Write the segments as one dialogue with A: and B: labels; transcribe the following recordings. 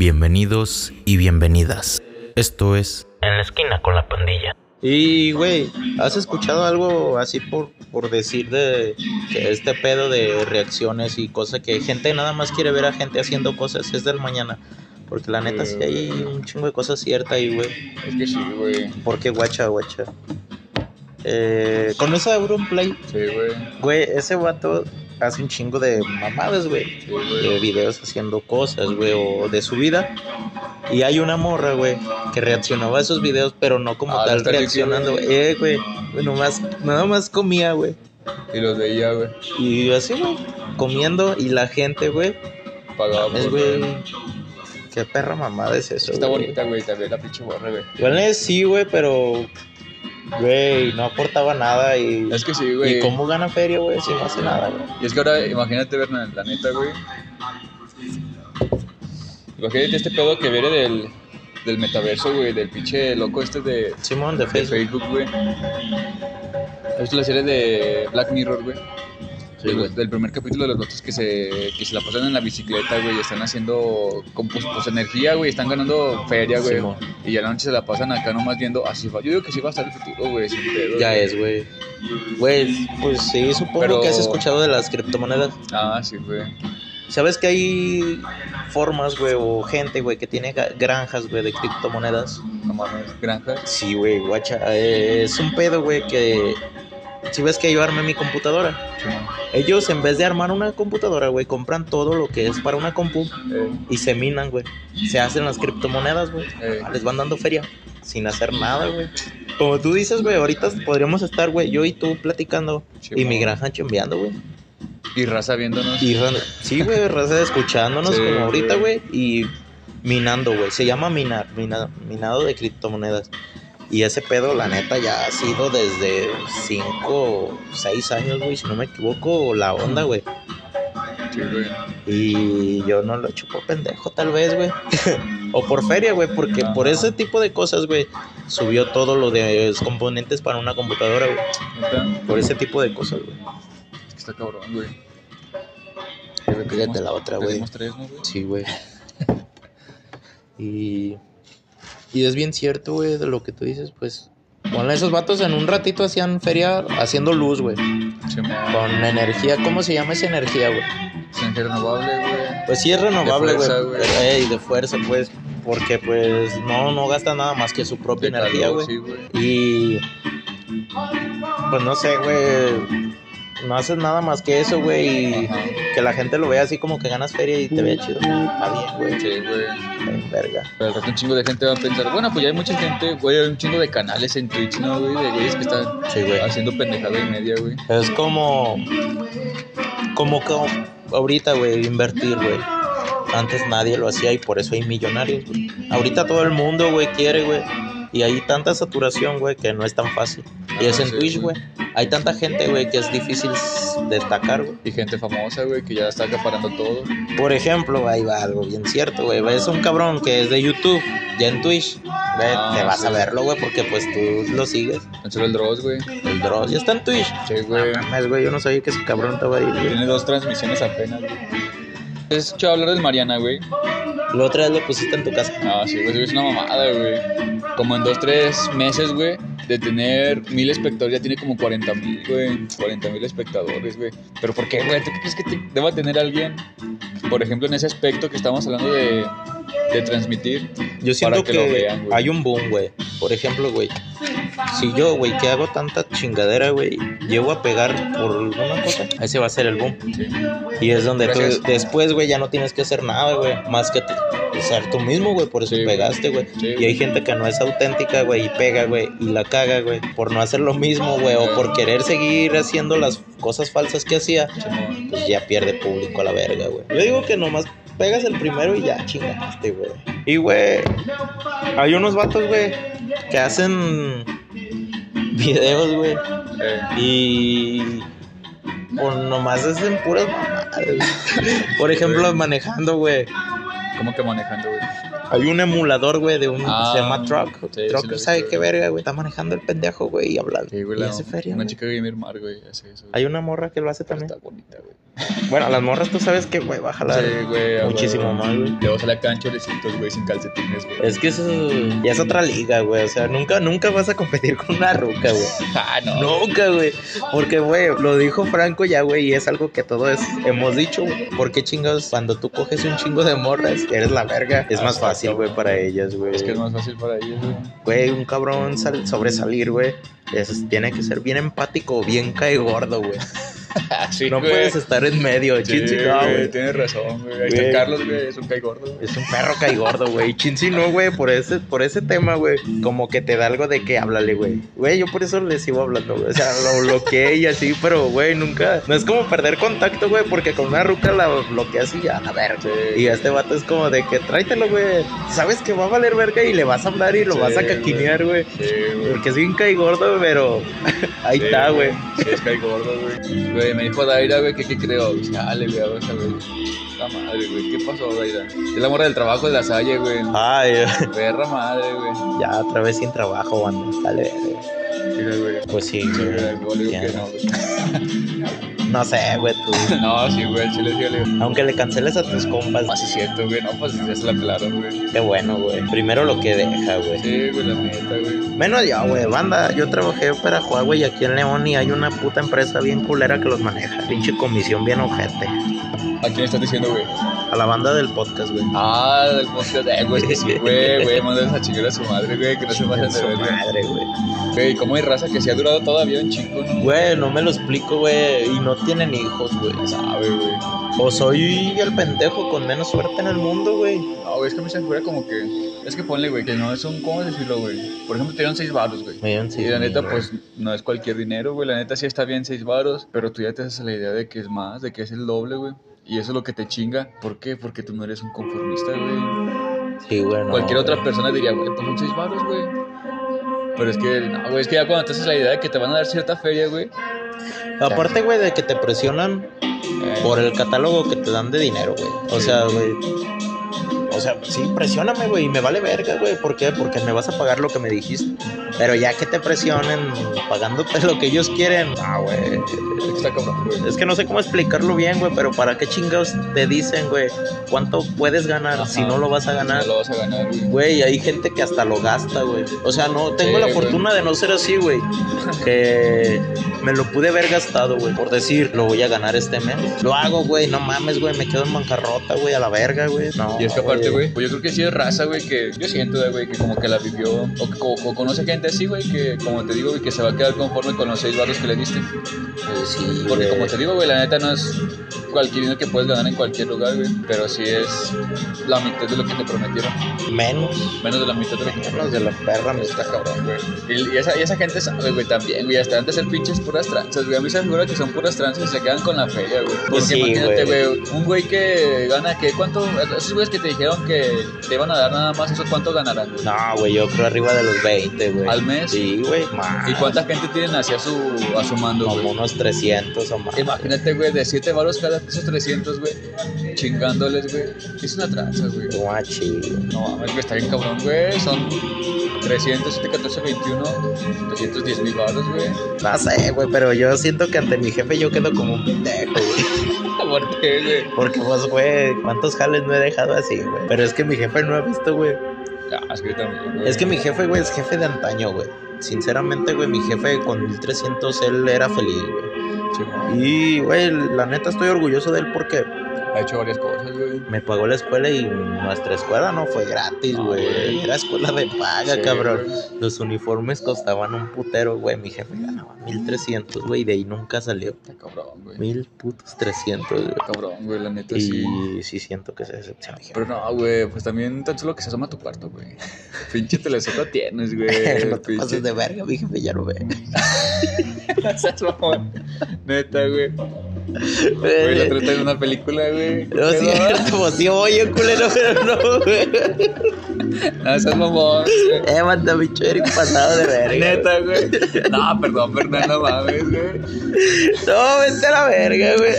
A: Bienvenidos y bienvenidas. Esto es En la esquina con la pandilla.
B: Y, güey, ¿has escuchado algo así por, por decir de que este pedo de reacciones y cosas que gente nada más quiere ver a gente haciendo cosas? Es del mañana. Porque la neta, sí hay un chingo de cosas ciertas ahí, güey.
C: Es que sí, güey.
B: Porque guacha, guacha. Eh, con eso de Auronplay,
C: Sí, güey.
B: güey, ese vato hace un chingo de mamadas, güey.
C: Sí, güey.
B: De videos haciendo cosas, güey, o de su vida. Y hay una morra, güey, que reaccionaba a esos videos, pero no como
C: Ah,
B: tal
C: está chiqui,
B: reaccionando.
C: güey.
B: Eh, güey, bueno, más, nada más comía, güey.
C: Y los veía, güey.
B: Y así, güey, comiendo. Y la gente, güey,
C: Pagaba
B: es,
C: por
B: güey,
C: verlo.
B: qué perra mamada es eso,
C: Está
B: güey.
C: bonita, güey, también la pinche borra, güey.
B: Igual sí, güey, pero, güey, no aportaba nada y...
C: Es que sí, güey.
B: ¿Y cómo gana feria, güey? Si no hace nada, güey.
C: Y es que ahora imagínate, Bernal, la neta, güey. Imagínate este pedo que viene del, del metaverso, güey, del pinche loco este de,
B: Simón de
C: de
B: Facebook.
C: Facebook, güey. ¿Has visto la serie de Black Mirror, güey?
B: Sí,
C: del,
B: güey.
C: del primer capítulo de los lotos que se, que se la pasan en la bicicleta, güey, y están haciendo con, pues, pues, energía, güey, están ganando feria, güey.
B: Simón.
C: Y ya la noche se la pasan acá nomás viendo así. va- Yo digo que sí va a estar el futuro, güey, sin pedo.
B: Ya
C: güey.
B: es, güey. Güey, pues sí, supongo
C: Pero-
B: que has escuchado de las criptomonedas.
C: Ah, sí, güey.
B: ¿Sabes que hay formas, güey, o gente, güey, que tiene ga- granjas, güey, de criptomonedas?
C: No mames, granja.
B: Sí, güey, guacha. eh, es un pedo, güey, que... Si ves que yo armé mi computadora,
C: chingón.
B: ellos en vez de armar una computadora, güey, compran todo lo que es para una compu
C: Eh,
B: y se minan, güey. Se hacen las criptomonedas, güey.
C: eh,
B: Ah, Les van dando feria sin hacer nada, güey. Como tú dices, güey, ahorita podríamos estar, güey, yo y tú platicando y
C: chingón.
B: mi granja chambeando, güey.
C: Y raza viéndonos.
B: Y ran- sí, güey, raza escuchándonos
C: Sí,
B: como ahorita,
C: güey.
B: güey, y minando, güey. Se llama minar, mina- minado de criptomonedas. Y ese pedo, la neta, ya ha sido desde 5, 6 años, güey, si no me equivoco, la onda, güey.
C: Sí, güey.
B: Y yo no lo chupo pendejo, tal vez, güey. o por feria, güey, porque por
C: Ajá.
B: ese tipo de cosas, güey, subió todo lo de los componentes para una computadora, güey.
C: Neta,
B: Por ese tipo de cosas, güey.
C: Es que está cabrón, güey.
B: Fíjate la otra, güey.
C: Tenemos tres, ¿no, güey?
B: Sí, güey. y, y es bien cierto, güey, de lo que tú dices, pues. Bueno, esos vatos en un ratito hacían feria haciendo luz, güey.
C: Chema.
B: Con energía, ¿cómo se llama esa energía, güey?
C: Energía renovable, güey.
B: Pues sí es renovable,
C: De
B: güey.
C: fuerza, güey.
B: pero, ey, de fuerza, pues. Porque, pues, no, no gasta nada más que su propia
C: De
B: energía,
C: calor,
B: güey.
C: Sí, güey.
B: Y. Pues no sé, güey. No haces nada más que eso, güey. Y
C: Ajá.
B: que la gente lo vea así como que ganas feria y te vea chido. Está bien, güey.
C: Sí, güey.
B: Ay, Verga.
C: Pero al rato un chingo de gente va a pensar, bueno, pues ya hay mucha gente, güey, hay un chingo de canales en Twitch, ¿no, güey? De güeyes que están
B: Sí, güey.
C: haciendo pendejada y media, güey.
B: Es como. Como que ahorita, güey, invertir, güey. Antes nadie lo hacía y por eso hay millonarios, güey. Ahorita todo el mundo, güey, quiere, güey. Y hay tanta saturación, güey, que no es tan fácil. Y es
C: Ah,
B: en
C: sí,
B: Twitch,
C: güey.
B: güey. Hay tanta gente, güey, que es difícil s- destacar, güey.
C: Y gente famosa, güey, que ya está acaparando todo.
B: Por ejemplo, ahí va algo bien cierto, güey. Ves un cabrón que es de YouTube, ya en Twitch. güey,
C: Ah,
B: te vas
C: sí.
B: a verlo, güey, porque pues tú lo sigues.
C: Tan solo el Dross, güey.
B: El Dross ya está en Twitch.
C: Sí, güey.
B: Mames, güey, yo no sabía que ese cabrón estaba ahí, güey.
C: Tiene dos transmisiones apenas, güey. ¿Has escuchado hablar del Mariana, güey?
B: La otra vez lo pusiste en tu casa.
C: Ah, sí, güey, es una mamada, güey. Como en dos, tres meses, güey, de tener mil espectadores, ya tiene como 40 mil, güey. 40 mil espectadores, güey. Pero ¿por qué, güey? ¿Tú crees que te- deba tener alguien, por ejemplo, en ese aspecto que estamos hablando de, de transmitir?
B: Yo
C: Para
B: siento
C: que
B: que,
C: lo vean, güey.
B: hay un boom, güey. Por ejemplo, güey, si yo, güey, que hago tanta chingadera, güey, llego a pegar por alguna cosa, ese va a ser el boom. Y es donde tú,
C: Gracias.
B: después, güey, ya no tienes que hacer nada, güey, más que t- ser tú mismo, güey, por eso
C: Sí, güey.
B: pegaste, güey.
C: Sí,
B: y
C: güey.
B: hay gente que no es auténtica, güey, y pega, güey, y la caga, güey, por no hacer lo mismo, güey,
C: Sí.
B: o por querer seguir haciendo las cosas falsas que hacía,
C: Simón.
B: pues ya pierde público a la verga, güey. Yo digo que nomás pegas el primero y ya chingaste, güey. Y, güey, hay unos vatos, güey, que hacen videos, güey,
C: Eh,
B: y. O nomás hacen puras mamadas. Por ejemplo, manejando, güey.
C: ¿Cómo que manejando, güey?
B: Hay un emulador, güey, de un
C: Ah,
B: se llama Truck.
C: sí, sí
B: truck
C: lo he
B: sabe
C: visto,
B: qué
C: güey.
B: verga, güey. Está manejando el pendejo, güey, y hablando.
C: Sí, güey,
B: y
C: la-
B: hace feria,
C: Una
B: güey.
C: chica gamer mar, güey, hace eso.
B: Hay una morra que lo hace
C: Pero
B: también.
C: Está bonita, güey.
B: Bueno, las morras tú sabes que, güey, bájala.
C: Sí, güey. a
B: muchísimo
C: huevo.
B: más, güey.
C: Luego sale acá en chorecitos, güey, sin calcetines, güey.
B: Es que eso ya es otra liga, güey. O sea, nunca, nunca vas a competir con una ruca, güey.
C: Ah, no.
B: Nunca, güey. Porque, güey, lo dijo Franco ya, güey, y es algo que todos hemos dicho, güey. ¿Por qué chingados cuando tú coges un chingo de morras, eres la verga? Es más fácil, güey, para ellas, güey.
C: Es que es más fácil para ellos, güey.
B: Güey, un cabrón sal- sobresalir, güey. es- tiene que ser bien empático o bien cae gordo, güey.
C: Así,
B: No puedes estar en medio, chinsi no, güey.
C: Tienes razón, güey. Ahí
B: Güey.
C: está Carlos, güey. Es un cae gordo, güey.
B: Es un perro cae gordo, güey. Chinsi no, güey, por ese, por ese tema, güey. Como que te da algo de que háblale, güey. Güey, yo por eso le sigo hablando, güey. O sea, lo bloqueé y así, pero, güey, nunca. No es como perder contacto, güey, porque con una ruca la bloqueas y ya, a ver. Y a este vato es como de que tráetelo, güey. Sabes que va a valer verga y le vas a hablar y lo
C: Sí,
B: vas a caquinear, güey.
C: Sí, güey.
B: Porque es bien cae gordo, pero ahí
C: Sí,
B: está, güey.
C: Sí, es cae gordo, güey. Güey, me dijo Daira, güey, que qué creo. Dije, Dale, güey, vamos a ver. La madre, güey. ¿Qué pasó, Daira? Es la morra del trabajo de la salle, güey.
B: Ay,
C: Perra madre, güey.
B: ya otra vez sin trabajo, banda. Dale, verga.
C: Mira, güey.
B: Pues sí,
C: Sí,
B: güey.
C: güey, luego le digo que
B: Ya.
C: no, güey.
B: No sé, güey, tú.
C: No, sí, güey, el chile sí, le digo.
B: Aunque le canceles a tus compas,
C: Más es cierto, güey. No, pues ya se la pelaron, güey.
B: qué bueno, güey. Primero lo que deja, güey.
C: Sí, güey, la neta, güey.
B: Menos yo, güey, banda. Yo trabajé para Huawei aquí en León y hay una puta empresa bien culera que los maneja. Pinche comisión bien ojete.
C: ¿A quién estás diciendo, güey?
B: A la banda del podcast, güey.
C: Ah, del podcast. Eh, güey, es que sí, güey, güey. Mándale esa chingada a su madre, güey, que no se pasen de
B: Su
C: verga.
B: madre, güey.
C: Güey, ¿cómo hay raza que se ha durado todavía un chingo? No
B: Güey, no me lo explico, güey. Y no tienen hijos, güey.
C: sabe, güey.
B: O soy el pendejo con menos suerte en el mundo, güey.
C: No, güey, es que a mí se me figura como que. Es que ponle, güey, que no es un. ¿Cómo decirlo, güey? Por ejemplo, te dieron seis baros, güey.
B: Me dieron
C: Sí,
B: seis
C: la neta,
B: mil,
C: pues no es cualquier dinero, güey. La neta sí está bien seis varos, pero tú ya te haces la idea de que es más, de que es el doble, güey. Y eso es lo que te chinga. ¿Por qué? Porque tú no eres un conformista, güey.
B: güey. Sí, güey, no,
C: cualquier otra
B: güey.
C: persona diría, güey, pues son seis varos, güey. Pero es que, no, güey, es que ya cuando te haces la idea de que te van a dar cierta feria, güey.
B: Aparte, güey, de que te presionan
C: eh,
B: por el catálogo que te dan de dinero, güey. O
C: Sí.
B: sea, güey. O sea, sí, presióname, güey. Y me vale verga, güey. ¿Por qué? Porque me vas a pagar lo que me dijiste. Pero ya que te presionen pagándote lo que ellos quieren. Ah, güey.
C: Está cabrón, güey.
B: Es que no sé cómo explicarlo bien, güey. Pero ¿para qué chingados te dicen, güey? ¿Cuánto puedes ganar
C: Ajá.
B: si no lo vas a ganar?
C: No lo vas a ganar, güey.
B: Güey, hay gente que hasta lo gasta, güey. O sea, no tengo
C: Sí,
B: la
C: güey.
B: fortuna de no ser así, güey. Que me lo pude haber gastado, güey. Por decir, lo voy a ganar este mes. Lo hago, güey. No mames, güey. Me quedo en bancarrota, güey. A la verga, güey. No.
C: Y es que aparte, güey, pues yo creo que sí es raza, güey, que yo siento, eh, güey, que como que la vivió, o, que co- co- conoce gente así, güey, que como te digo, güey, que se va a quedar conforme con los seis barros que le diste.
B: Pues Sí,
C: Porque
B: güey.
C: como te digo, güey, la neta no es cualquier dinero que puedes ganar en cualquier lugar, güey, pero sí es la mitad de lo que te prometieron,
B: Menos.
C: menos de la mitad de lo que te
B: Menos de
C: prometieron.
B: la perra, me
C: Está cabrón, güey. Y, y esa, y esa gente sabe, güey, también, güey. Hasta antes ser pinches puras tranzas, güey. A mí se me figura que son puras tranzas y se quedan con la feria, güey. Porque
B: Pues sí,
C: imagínate,
B: güey.
C: güey, un güey que gana, ¿qué? ¿Cuánto? Esos güeyes que te dijeron que te iban a dar nada más, ¿eso cuánto ganarán, güey?
B: No, güey. Yo creo arriba de los 20, güey.
C: ¿Al mes?
B: Sí, güey. más.
C: ¿Y cuánta gente tienen hacia su, a su mando, güey?
B: Como unos 300 o más.
C: Imagínate, güey, de 7 varos cada esos 300, güey, chingándoles, güey. Es una tranza, güey.
B: Guachi, güey.
C: No mames, güey, está bien cabrón, güey. Son 300, 7, 14, 21, 210 mil varos, güey.
B: No sé, güey. Pero yo siento que ante mi jefe yo quedo como un pendejo, güey.
C: ¿Por qué, güey?
B: Porque pues, güey, ¿cuántos jales no he dejado así, güey? Pero es que mi jefe no ha visto, güey.
C: Ah, es que también, güey.
B: Es que mi jefe, güey, es jefe de antaño, güey. Sinceramente, güey, mi jefe con 1300, él era feliz, güey.
C: Simón,
B: Y, güey, la neta estoy orgulloso de él porque
C: Ha hecho varias cosas, güey.
B: me pagó la escuela y nuestra escuela no fue gratis,
C: No,
B: güey.
C: güey.
B: Era escuela de paga,
C: Sí,
B: cabrón.
C: güey.
B: Los uniformes costaban un putero, güey. Mi jefe ganaba 1300, güey, y de ahí nunca salió.
C: Está cabrón, güey.
B: Mil putos 300, güey.
C: Está Cabrón, güey, la neta sí.
B: Y sí siento que se decepcionó. mi jefe.
C: Pero no, güey, pues también tan solo que se asoma a tu cuarto, güey. Pinche telesota tienes, güey.
B: no te
C: Eh, Pinche-
B: pases de verga, mi jefe ya lo ve.
C: No seas mamón. Neta, güey. Güey, la otra está en una película, güey.
B: No, sí, pues sí, oye, culero, pero no, güey.
C: No seas mamón. güey.
B: Eh, manda bicho, eres pasado de verga.
C: Neta, güey. No, perdón, Fernando, mames, güey.
B: güey. No, vete a la verga, güey.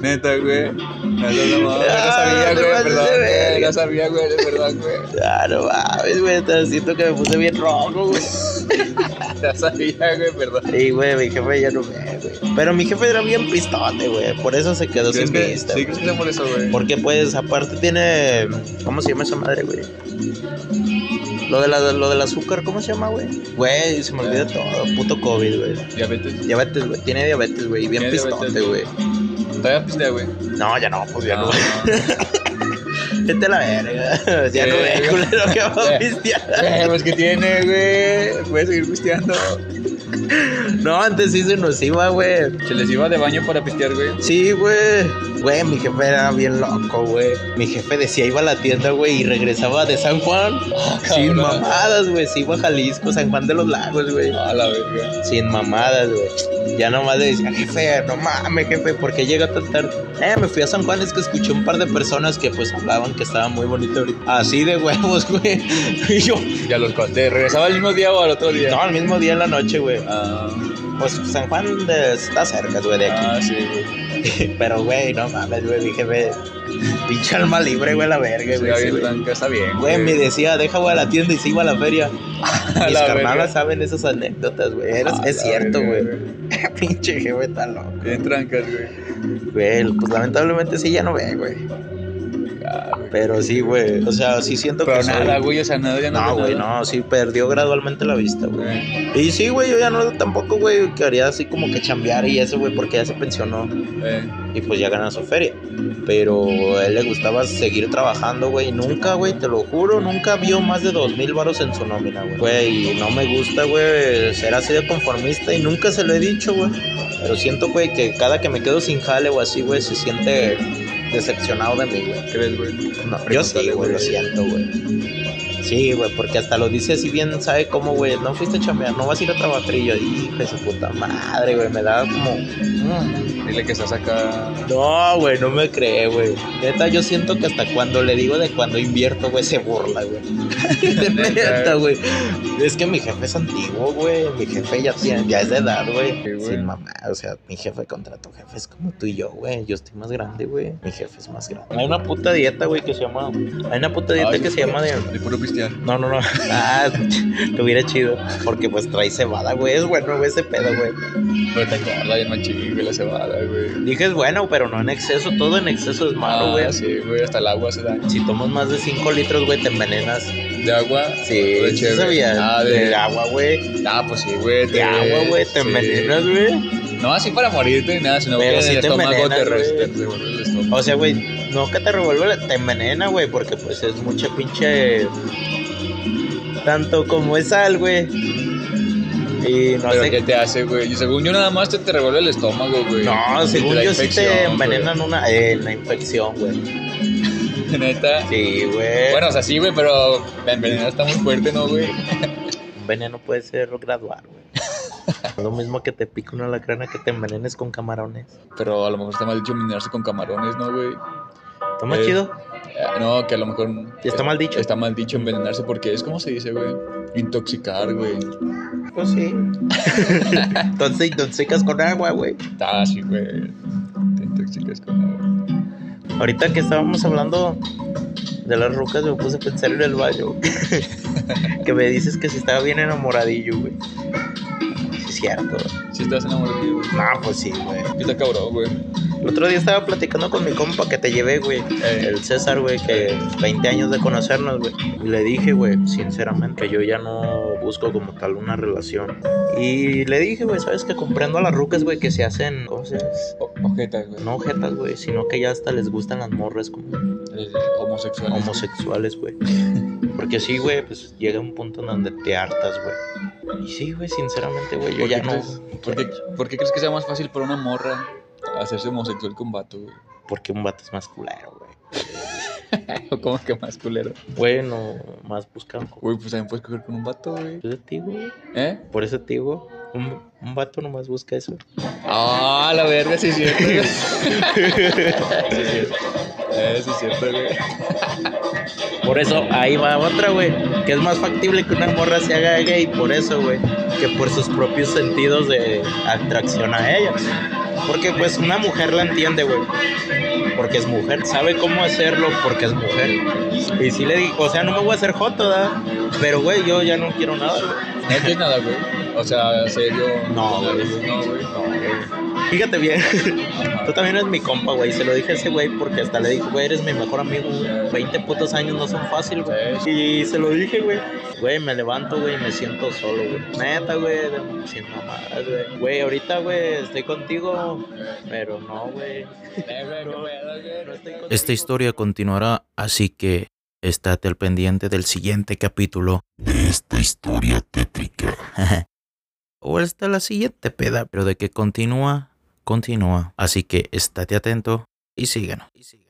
C: Neta, güey. Perdón, no, no
B: Ah, te
C: sabía, güey,
B: pases de
C: perdón. güey,
B: verga.
C: No sabía, güey, de verdad, güey.
B: Ah, no mames, güey, te siento que me puse bien rojo, güey.
C: No sabía, güey, perdón.
B: Sí, güey, mi jefe ya no ve, güey. Pero mi jefe era bien pistote, güey. Por eso se quedó
C: ¿Crees
B: sin
C: que,
B: vista. güey.
C: sí, crees que sea por eso, güey?
B: Porque pues aparte tiene. ¿Cómo se llama esa madre, güey? Lo, de la, lo del azúcar, ¿cómo se llama, güey? Güey, se me
C: Eh.
B: olvida todo. Puto COVID, güey.
C: Diabetes.
B: Diabetes, güey. Tiene diabetes, güey. y Bien
C: Tiene diabetes,
B: pistote, güey.
C: Todavía pistea, güey. Ah.
B: No, ya no, pues ya no.
C: No, no.
B: Vete a la verga. Ya no
C: Sí,
B: ve,
C: güey.
B: culero, que va a
C: Sí.
B: pistear.
C: Güey, Pues que tiene, güey. Puede seguir pisteando.
B: No, antes sí se nos iba, güey.
C: Se les iba de baño para pistear, güey.
B: Sí, güey. Güey, mi jefe era bien loco, güey. Mi jefe decía iba a la tienda, güey, y regresaba de San Juan. sin
C: cabrón.
B: mamadas, güey. Se iba a Jalisco, San Juan de los Lagos, güey.
C: A la verga.
B: Sin mamadas, güey. Ya nomás le decía, jefe, no mames, jefe, ¿por qué llega tan tarde? Eh, me fui a San Juan, es que escuché un par de personas que pues hablaban que estaba muy bonito ahorita. Así de huevos, güey. Y yo,
C: Ya los conté. ¿Regresaba el mismo día o al otro día?
B: no, al mismo día en la noche, güey.
C: Ah,
B: Pues San Juan de- está cerca, güey, de aquí.
C: ah, sí, güey.
B: Pero, güey, no mames, güey, mi jefe. Pinche alma libre, güey, la verga,
C: Está
B: güey. sí,
C: bien,
B: güey.
C: blanca, está bien.
B: Güey, me decía, deja, güey, a la tienda y se iba a la feria. Mis
C: la
B: carnalas
C: verga.
B: saben esas anécdotas, güey. Eres-
C: Ah,
B: es
C: la
B: cierto,
C: verga,
B: güey. Pinche jefe está loco.
C: Bien trancas, güey.
B: Güey, pues lamentablemente sí ya no ve, güey.
C: Ah, güey.
B: Pero sí, güey. O sea, sí siento
C: Pero
B: que soy-
C: nada, güey, o sea, nada, ya
B: No,
C: veo
B: güey,
C: nada. Eh,
B: no, sí perdió gradualmente la vista, güey.
C: Güey,
B: Y sí, güey, yo ya no tampoco, güey, quería así como que chambear y eso, güey, porque ya se pensionó
C: eh,
B: y pues ya gana su feria. Pero a él le gustaba seguir trabajando, güey. Nunca, güey, te lo juro, nunca vio más de dos mil varos en su nómina, güey. Güey, no me gusta, güey, ser así de conformista y nunca se lo he dicho, güey. Pero siento, güey, que cada que me quedo sin jale o así, güey, se siente decepcionado de mí, güey.
C: ¿Crees, güey?
B: No, yo sí, güey, lo siento, güey. Sí, güey, porque hasta lo dice así bien, sabe cómo, güey, no fuiste a chambear, no vas a ir a trabajar y yo, hijo de su puta madre, güey, me da como... mm.
C: Dile que estás acá.
B: No, güey, no me cree, güey. Neta, yo siento que hasta cuando le digo de cuando invierto, güey, se burla, güey. Neta, güey. Es que mi jefe es antiguo, güey. Mi jefe ya, tiene, ya es de edad, güey.
C: Sí, güey.
B: Sin mamá. O sea, mi jefe contra tu jefe es como tú y yo, güey. Yo estoy más grande, güey. Mi jefe es más grande. Hay una puta dieta, güey, que se llama. Hay una puta dieta
C: Ay,
B: que se llama de.
C: De puro pistear.
B: No, no, no. Ah, estuviera chido. Porque pues trae cebada, güey. Es bueno, güey, ese pedo, güey.
C: Pero te engorda bien machín, güey, la cebada, güey.
B: Dije es bueno, pero no en exceso. Todo en exceso es malo,
C: Ah,
B: güey.
C: Sí, güey, hasta el agua se da.
B: Si tomas más de 5 litros, güey, te envenenas.
C: De agua.
B: Sí,
C: de
B: sí
C: chévere.
B: sabía.
C: Ah, de,
B: Del agua, güey.
C: Ah, pues sí, güey.
B: De agua, güey, te
C: sí.
B: envenenas, güey.
C: No así para morirte ni nada, sino
B: Pero
C: que en
B: sí
C: el
B: te
C: estómago
B: envenenas,
C: te res-
B: güey.
C: te revuelve el estómago.
B: O sea, güey, no que te revuelva, te envenena, güey, porque pues es mucha pinche. Tanto como es sal, güey. Y no
C: Pero
B: sé.
C: ¿qué te hace, güey? Y según yo nada más te, te revuelve el estómago, güey.
B: No,
C: Y
B: según
C: da
B: yo sí
C: infección,
B: te
C: güey.
B: envenenan una. Eh, la infección, güey.
C: Neta.
B: Sí, güey.
C: Bueno, o sea, sí, güey, pero la envenenada está muy fuerte, ¿no, güey?
B: Veneno puede ser gradual, güey. Lo mismo que te pica una lacrana que te envenenes con camarones.
C: Pero a lo mejor está mal dicho envenenarse con camarones, ¿no, güey?
B: ¿Está más
C: Eh,
B: chido?
C: Ah, No, que a lo mejor. eh,
B: Está mal dicho.
C: Está mal dicho envenenarse porque es como se dice, güey. Intoxicar, güey.
B: Pues sí. Entonces secas con agua, güey.
C: Ah, sí, güey. Te intoxicas con agua.
B: Ahorita que estábamos hablando de las rucas, me puse a pensar en el baño. que me dices que si estaba bien enamoradillo, güey. Sí, Es cierto.
C: Si estás enamorado, güey.
B: No, pues sí, güey.
C: Está cabrón, güey.
B: El otro día estaba platicando con mi compa que te llevé, güey.
C: Eh.
B: El César, güey, que 20 años de conocernos, güey. Y le dije, güey, sinceramente, que yo ya no busco como tal una relación. Y le dije, güey, sabes que comprendo a las rucas, güey, que se hacen cosas.
C: O- Ojetas, güey.
B: No objetas, güey, sino que ya hasta les gustan las morras como
C: Eh, Homosexuales.
B: homosexuales, güey. Porque sí, güey, pues llega un punto en donde te hartas, güey. Y sí, güey, sinceramente, güey, yo
C: ¿Por qué
B: ya no.
C: crees? ¿Por qué, por qué crees que sea más fácil para una morra hacerse homosexual que un vato, güey?
B: Porque un vato es más culero, güey.
C: ¿O cómo que más culero?
B: Güey, no, más buscan co-
C: Güey, pues también puedes coger con un vato, güey.
B: por ese tío, güey.
C: ¿Eh?
B: Por ese tío, güey, un, un vato nomás busca eso.
C: Ah, la verga, sí es cierto. güey. sí es cierto. Eh, sí es cierto, güey.
B: Por eso, ahí va otra, güey. Que es más factible que una morra se haga gay por eso, güey. Que por sus propios sentidos de atracción a ella. Porque pues una mujer la entiende, güey. porque es mujer, sabe cómo hacerlo porque es mujer. Y sí le digo, o sea, no me voy a hacer joto, ¿da? Pero, güey, yo ya no quiero nada, güey.
C: No es nada, güey. O sea, serio.
B: No,
C: nada,
B: güey.
C: No, güey. No, güey.
B: Fíjate bien,
C: Ajá.
B: tú también eres mi compa, güey. Se lo dije a ese güey porque hasta le dije, güey, eres mi mejor amigo. güey. 20 putos años no son fácil, güey. Y se lo dije, güey. Güey, me levanto, güey, y me siento solo, güey. Neta, güey, de- sin mamadas, güey. Güey, ahorita, güey, estoy contigo, pero no, güey.
C: Eh, güey, qué pedo, güey.
B: No estoy contigo.
A: Esta historia continuará, así que estate al pendiente del siguiente capítulo de esta historia tétrica. o hasta la siguiente peda, pero de que continúa, continúa. Así que estate atento y síganos. Y síganos.